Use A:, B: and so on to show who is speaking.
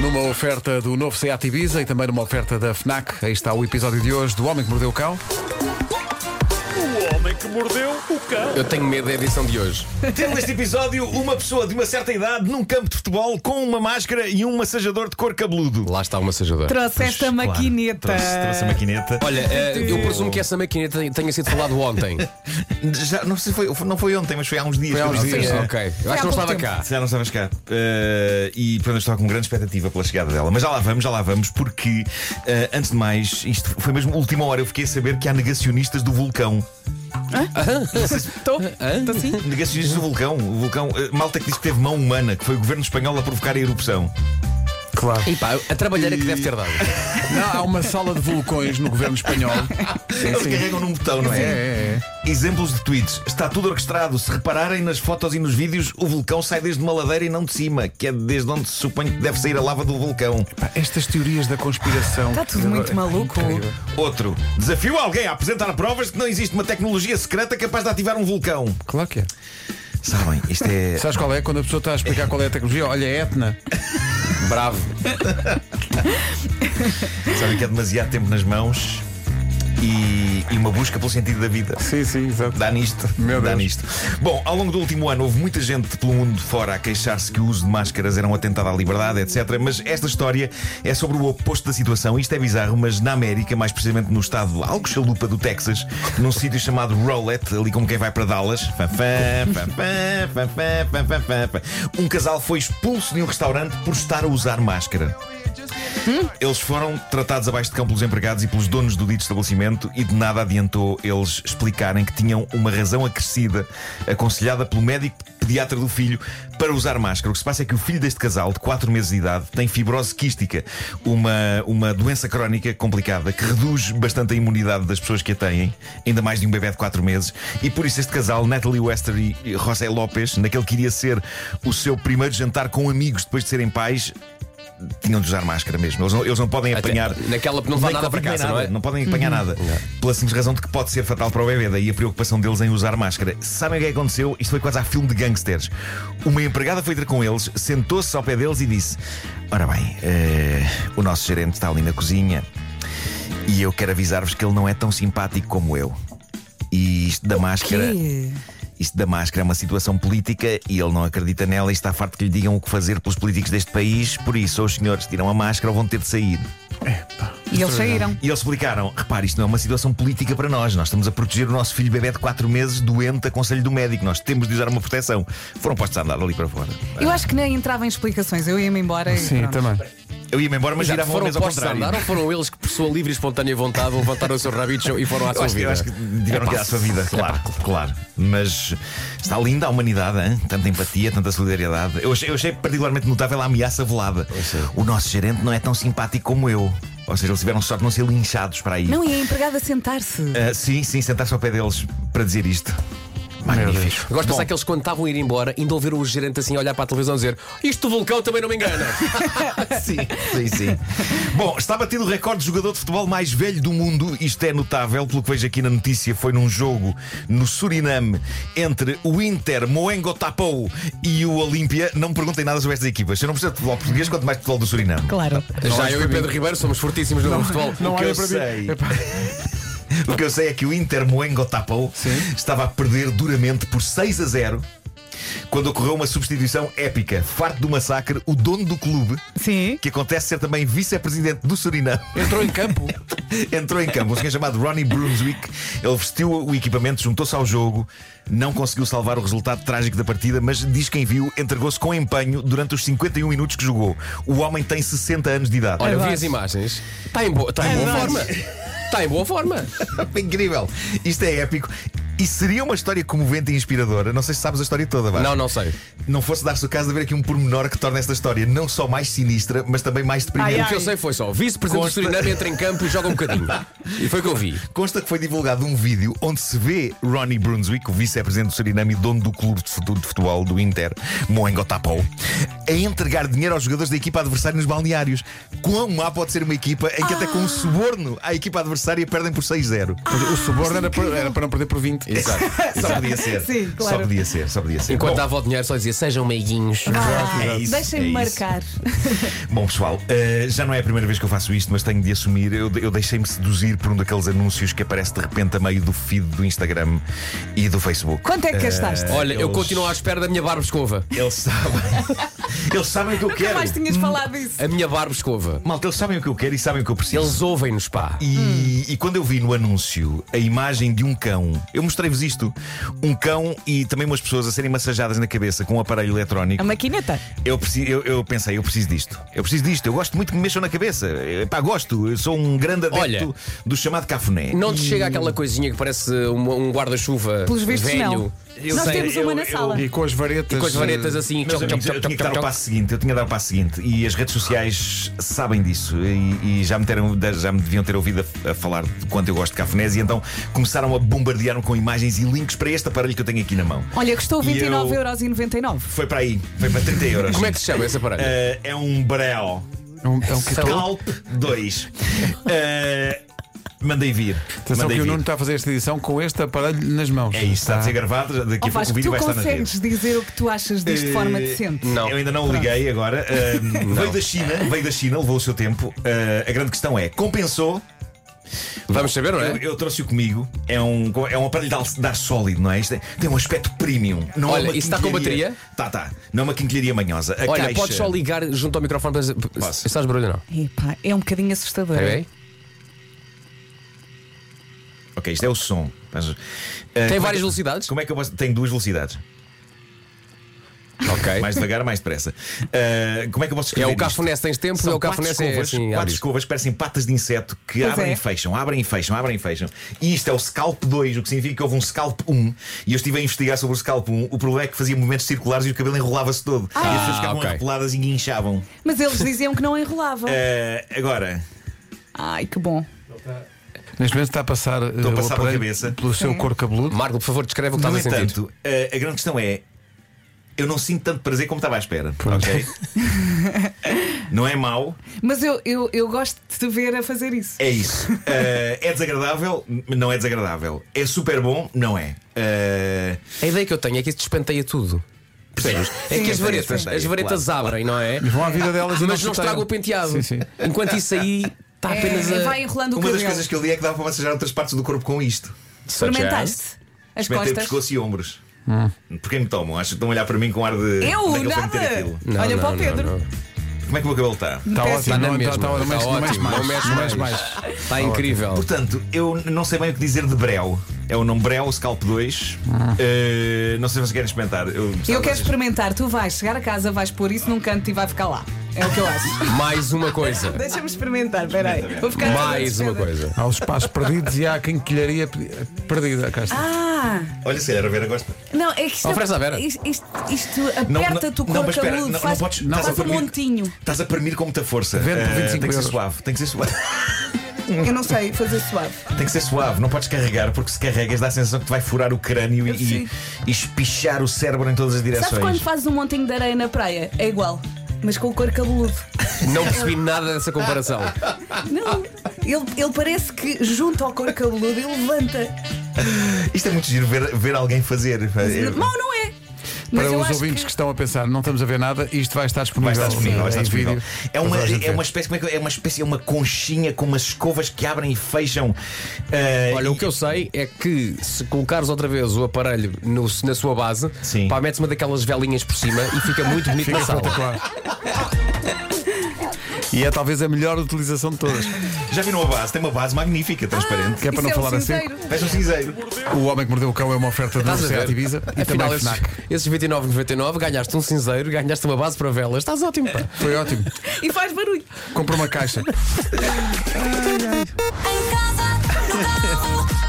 A: Numa oferta do novo Seat Ibiza e também numa oferta da FNAC, aí está o episódio de hoje do Homem que Mordeu o Cão.
B: O homem que mordeu o cão.
C: Eu tenho medo da edição de hoje.
D: Tendo neste episódio uma pessoa de uma certa idade num campo de futebol com uma máscara e um massajador de cor cabeludo.
C: Lá está o massajador.
E: Trouxe esta maquineta.
D: Trouxe, trouxe a maquineta.
C: Olha, eh, eu presumo que essa maquineta tenha sido falado ontem.
D: Já, não, sei, se foi, não foi ontem, mas foi há uns dias.
A: Foi há
D: que eu
A: uns
D: disse
A: dias,
D: isto.
A: Sim.
C: ok. Eu acho que não
E: pouco
C: estava
E: tempo.
C: cá.
D: Se já não estavas cá. Eh, e portanto eu estava com grande expectativa pela chegada dela. Mas já lá vamos, já lá vamos, porque eh, antes de mais, isto foi mesmo a última hora, eu fiquei a saber que há negacionistas do vulcão.
E: Estou? Estou sim?
D: Negacionistas do vulcão. O vulcão, eh, malta que diz que teve mão humana, que foi o governo espanhol a provocar a erupção.
A: Claro.
C: E pá, a trabalheira que deve ter dado.
A: Não, há uma sala de vulcões no governo espanhol.
D: Eles carregam num botão, não
A: É,
D: é?
A: é, é.
D: Exemplos de tweets. Está tudo orquestrado. Se repararem nas fotos e nos vídeos, o vulcão sai desde uma ladeira e não de cima, que é desde onde se supõe que deve sair a lava do vulcão.
A: Pá, Estas teorias da conspiração. É
E: Está Tá tudo muito maluco.
D: Outro. Desafio alguém a apresentar provas de que não existe uma tecnologia secreta capaz de ativar um vulcão.
A: Claro que é.
D: Sabem, isto é.
A: Sabes qual é? Quando a pessoa está a explicar qual é a tecnologia, olha, é Etna.
C: Bravo.
D: Sabem que é demasiado tempo nas mãos e, e uma busca pelo sentido da vida.
A: Sim, sim, exato.
D: Dá nisto.
A: Meu
D: Dá
A: Deus.
D: nisto. Bom, ao longo do último ano houve muita gente pelo mundo fora a queixar-se que o uso de máscaras era um atentado à liberdade, etc. Mas esta história é sobre o oposto da situação. Isto é bizarro, mas na América, mais precisamente no estado algo chalupa do Texas, num sítio chamado Rowlett, ali como quem vai para Dallas, fã, fã, fã, fã, fã, fã, fã, fã, fã, fã. um casal foi expulso de um restaurante por estar a usar máscara. Eles foram tratados abaixo de cão pelos empregados e pelos donos do dito estabelecimento e de nada adiantou eles explicarem que tinham uma razão acrescida, aconselhada pelo médico pediatra do filho, para usar máscara. O que se passa é que o filho deste casal, de 4 meses de idade, tem fibrose quística, uma, uma doença crónica complicada que reduz bastante a imunidade das pessoas que a têm, ainda mais de um bebê de 4 meses. E por isso este casal, Natalie Wester e José Lopes, naquele que iria ser o seu primeiro jantar com amigos depois de serem pais, tinham de usar máscara mesmo. Eles não, eles não podem
C: Até-
D: apanhar.
C: naquela não vai
D: nem
C: nada
D: Covid,
C: para
D: nem
C: casa,
D: nada.
C: não é?
D: podem apanhar nada. Pela simples razão de que pode ser fatal para o bebê, daí a preocupação deles em usar máscara. Sabem o que é que aconteceu? Isto foi quase a filme de gangsters. Uma empregada foi ter com eles, sentou-se ao pé deles e disse: Ora bem, eh, o nosso gerente está ali na cozinha e eu quero avisar-vos que ele não é tão simpático como eu. E isto da máscara.
E: quê?
D: Isto da máscara é uma situação política e ele não acredita nela e está farto que lhe digam o que fazer pelos políticos deste país. Por isso, ou os senhores tiram a máscara ou vão ter de sair.
E: E eles saíram.
D: E eles explicaram: repare, isto não é uma situação política para nós. Nós estamos a proteger o nosso filho bebê de 4 meses, doente, a conselho do médico. Nós temos de usar uma proteção. Foram postos a andar ali para fora.
E: Eu acho que nem entrava em explicações. Eu ia-me embora. e
A: Sim,
E: pronto.
A: também.
D: Eu ia-me embora, mas
C: Já
D: giravam a
C: foram
D: mesa ao
C: postos a
D: contrário.
C: andar ou foram eles que, por sua livre e espontânea vontade, levantaram o seu rabicho e foram à
D: Eu
C: sua
D: acho, que,
C: vida?
D: eu acho que tiveram
C: Epá,
D: que dar a sua vida, claro, claro. Mas está linda a humanidade, hein? tanta empatia, tanta solidariedade. Eu achei, eu achei particularmente notável a ameaça velada. O nosso gerente não é tão simpático como eu. Ou seja, eles tiveram sorte de não ser linchados para aí.
E: Não, e a empregada sentar-se.
D: Ah, sim, sim, sentar-se ao pé deles para dizer isto. Magnífico.
C: Eu gosto de
D: Bom,
C: pensar que eles, quando estavam a ir embora, ainda ouviram o gerente assim olhar para a televisão e dizer: Isto do vulcão também não me engana.
D: sim, sim, sim. Bom, está batido o recorde de jogador de futebol mais velho do mundo. Isto é notável, pelo que vejo aqui na notícia, foi num jogo no Suriname entre o Inter Moengo Tapou e o Olímpia. Não me perguntem nada sobre estas equipas. Eu não percebo de futebol português, quanto mais de futebol do Suriname.
E: Claro.
C: Já eu e Pedro Ribeiro somos fortíssimos no futebol.
A: Não
D: que
A: olha
D: eu
A: para mim.
D: sei.
A: Epá,
D: O que eu sei é que o Inter Moengo Tapou estava a perder duramente por 6 a 0 quando ocorreu uma substituição épica. Farto do massacre, o dono do clube,
E: Sim.
D: que acontece ser também vice-presidente do Suriname,
A: Entrou em campo.
D: entrou em campo. Um senhor chamado Ronnie Brunswick, ele vestiu o equipamento, juntou-se ao jogo, não conseguiu salvar o resultado trágico da partida, mas diz quem viu, entregou-se com empenho durante os 51 minutos que jogou. O homem tem 60 anos de idade.
C: Olha, eu vi
E: Verdade.
C: as imagens. Está em, bo- está em boa forma. Está em boa forma.
D: incrível! Isto é épico. E seria uma história comovente e inspiradora. Não sei se sabes a história toda, Vasco.
C: Não, não sei.
D: Não fosse dar-se o caso de haver aqui um pormenor que torna esta história não só mais sinistra, mas também mais deprimente.
E: Ai,
C: O que eu sei foi só: vice-presidente
D: Consta. Tipo,
C: do Suriname entra em campo e joga um bocadinho. E foi o que eu vi.
D: Consta que foi divulgado um vídeo onde se vê Ronnie Brunswick, o vice-presidente do Suriname e dono do clube de fute- de futebol do Inter, Moengo Tapou, a entregar dinheiro aos jogadores da equipa adversária nos balneários. Quão má pode ser uma equipa
E: Ah.
D: em que até com um suborno à equipa adversária perdem por 6-0?
A: O suborno era para, era para não perder por 20.
C: Exato.
D: Só podia ser.
E: Sim, claro.
D: Só podia ser, só podia ser.
C: Enquanto
D: Bom,
C: dava o dinheiro, só dizia sejam meiguinhos.
E: Ah,
D: é isso,
E: Deixem-me
D: é isso.
E: marcar.
D: Bom, pessoal, eh, já não é a primeira vez que eu faço isto, mas tenho de assumir. Eu, eu deixei-me seduzir por um daqueles anúncios que aparece de repente a meio do feed do Instagram e do Facebook.
E: Quanto é que gastaste?
C: Olha, eu
D: Eles-
C: continuo à espera da minha barba escova.
D: Eles sabem. Eles sabem o que eu
E: Nunca
D: quero.
E: mais tinhas falado isso.
C: A minha barba escova.
D: Malta, eles sabem o que eu quero e sabem o que eu preciso.
C: Eles ouvem-nos, pá.
D: E,
E: Hum.
D: e quando eu vi no anúncio a imagem de um cão, eu mostrei-vos isto: um cão e também umas pessoas a serem massajadas na cabeça com um aparelho eletrónico.
E: A maquineta.
D: Eu, preci- eu- eu pensei, eu preciso disto. Eu preciso disto. Eu gosto muito que me mexam na cabeça. Eh, Pá, gosto. Eu sou um grande adepto
C: Olha,
D: do chamado cafuné.
C: Não te chega aquela coisinha que parece um, um guarda-chuva
E: Pelos vistos,
C: velho.
E: não. Nós
C: sei,
E: temos uma
C: eu-
E: na sala.
A: E com as varetas.
C: Com as varetas
A: eh,
C: assim.
D: Meus
C: choc,
D: amigos,
C: choc,
D: eu
C: choc,
D: tinha que dar o
C: choc,
D: passo seguinte, eu tinha que dar o passo seguinte e as redes sociais sabem disso e, e já, me teram, já me deviam ter ouvido a, a falar de quanto eu gosto de cafunés e então começaram a bombardear-me com imagens e links para este aparelho que eu tenho aqui na mão.
E: Olha, custou
D: E eu-
E: 29,99€.
D: Foi para aí, foi para 30 euros.
C: Como é que se chama esse aparelho?
D: Eh, é um brel.
A: um- é um kit-
D: Calp 2. Eh, mandei vir.
A: Atenção
D: mandei
A: que o
D: vir.
A: Nuno está a fazer esta edição com este aparelho nas mãos. Tá?
D: É isso, está a ser gravado, daqui
E: Oh,
D: a pouco
E: Vasco,
D: o vídeo
E: tu
D: vai estar na rede. Eh,
E: consegues dizer o que tu achas disto de forma decente?
C: Não.
D: Eu ainda não o liguei agora. Ahm, Veio da China, veio da China, levou o seu tempo. Ah, a grande questão é: compensou?
C: Vamos saber, não
D: Eu,
C: é?
D: eu trouxe-o comigo. É um, é um aparelho de al- de ar sólido, não é? Isto é- tem um aspecto premium. Não
C: Olha,
D: é uma
C: isso está com
D: quinquilharia-
C: bateria?
D: Tá, tá. Não é uma quinquilharia manhosa. A
C: Olha,
D: caixa-
C: podes só ligar junto ao microfone para dizer.
D: Posso.
C: Estás barulho ou não?
E: Epá, é um bocadinho assustador.
C: Está bem?
D: Ok, isto é o som. Mas, ah,
C: Tem
D: como
C: várias
D: é que-
C: velocidades?
D: Como é que eu posso. Tem duas velocidades.
C: Ok.
D: Mais devagar, mais depressa. Ah, como é que eu posso
C: É
D: escrever?
C: o
D: isto?
C: cafunés, tens tempo, é
D: São
C: o
D: quatro
C: cafunés é
D: escovas,
C: assim.
D: quatro
C: abre.
D: escovas que parecem patas de inseto que
E: Pois
D: abrem
E: é.
D: e fecham, abrem e fecham, abrem e fecham. E isto é o Scalp 2, o que significa que houve um Scalp 1. E eu estive a investigar sobre o Scalp 1. O problema é que fazia movimentos circulares e o cabelo enrolava-se todo. e as pessoas ficavam
C: ok.
D: arrepeladas e guinchavam.
E: Mas eles diziam que não enrolava.
D: Eh, agora,
E: Ai, que bom.
A: Neste momento está a passar, eh,
D: a
A: o
D: passar pela
A: aparelho
D: cabeça.
A: pelo seu couro cabeludo.
C: Marco, por favor, descreve o que
D: no
C: estás a sentir.
D: entanto, eh, a grande questão é. Eu não sinto tanto prazer como estava à espera. ok? não é mau,
E: Mas eu, eu, eu gosto de te ver a fazer isso.
D: É isso. Uh, é desagradável? N- Não é desagradável. É super bom? Não é. Uh,
C: A ideia que eu tenho é que isto despenteia tudo.
D: percebes?
C: É que as varetas,
D: Despenteia,
C: as varetas
D: claro.
C: abrem, não é?
A: Vão à vida delas e
C: Mas não
A: se
C: estraga o
A: têm.
C: penteado.
A: Sim, sim.
C: Enquanto isso aí está
E: É,
C: apenas a.
E: vai enrolando o
D: Uma das
E: cabelo.
D: coisas que eu li é que dava para massajar outras partes do corpo com isto.
E: Experimentaste as
D: Metei
E: costas.
D: pescoço e ombros.
C: Hum.
D: Porquê me tomam? Acho que estão a olhar para mim com ar de.
E: Eu?
D: Onde é que foi
E: Nada.
D: meter aquilo?
C: Não,
E: Olha
C: não,
E: para o
C: não,
E: Pedro.
C: não.
D: Como é que o meu cabelo está?
A: Está
E: Péssimo.
A: ótimo,
C: Está na
A: não, está,
C: mesma.
A: está, não
C: é
A: mexe-
C: Está
A: não mexe
C: ótimo.
A: mais.
C: Não mexe mais. Está Tá incrível.
D: Portanto, eu não sei bem o que dizer de Brel. É o nome Brel, Scalp 2.
C: Hum.
D: Uh, não sei se vocês querem experimentar. Eu,
E: Eu quero experimentar. Tu vais chegar a casa, vais pôr isso num canto e vai ficar lá. É o que eu acho.
C: Mais uma coisa.
E: Deixa-me experimentar, peraí. Vou ficar toda
C: Mais uma
E: desesperada.
C: coisa.
A: Há os espaços perdidos e há quem quilharia perdida. Cá está.
E: Ah,
D: Olha, se calhar a Vera gosta.
E: não, é que isto.
C: Oferece à Vera.
E: Isto, isto, isto
D: Não,
E: aperta-te o
D: não, não,
E: corpo
D: mas espera,
E: cabeludo,
D: não-
E: faz,
D: não podes- estás a
E: faz um
D: dormir-
E: montinho.
D: Estás a permir com muita força.
A: Vende por
D: Eh,
A: 25
D: tem que ser
A: euros.
D: suave, tem que ser suave.
E: Eu não sei fazer suave.
D: Tem que ser suave, não podes carregar, porque se carregas dá a sensação que te vai furar o crânio e,
E: Sim.
D: e espichar o cérebro em todas as
E: Sabes quando
D: direções.
E: fazes um montinho de areia na praia? É igual, mas com o cor cabeludo.
C: Não percebi nada dessa comparação.
E: Não, ele, ele parece que junto ao cor cabeludo ele levanta.
D: Isto é muito giro ver, ver alguém fazer. É-
E: Mal não é? Mas
A: Para
E: eu
A: os
E: acho
A: ouvintes que...
E: que...
A: estão a pensar, não estamos a ver nada, isto vai estar disponível.
D: Vai estar disponível, vai estar
A: em
D: disponível.
A: vídeo
D: É uma,
A: para toda a gente
D: é uma
A: ver.
D: espécie, como é que é? É uma espécie, é uma conchinha com umas escovas que abrem e fecham. Eh,
C: Olha,
D: e-
C: o que eu sei é que se colocares outra vez o aparelho no- na sua base,
D: Sim.
C: pá, metes uma daquelas velinhas por cima e fica muito bonito na sala.
A: Espetacular. E é talvez a melhor utilização de todas.
D: Já viram a base? Tem uma base magnífica, transparente.
A: Que é para não
E: Isso é
A: falar
E: um
A: a seco.
E: cinzeiro.
D: Veja um cinzeiro.
A: O Homem que Mordeu o Cão é uma oferta do
C: Estás a
A: Seat
C: ver?
A: Ibiza e
C: Afinal,
A: também
C: esses,
A: Fnac.
C: esses 29,99 ganhaste um cinzeiro, ganhaste uma base para velas. Estás ótimo, pá.
A: Foi ótimo.
E: E faz barulho.
A: Comprou uma caixa.
F: Em casa, no carro,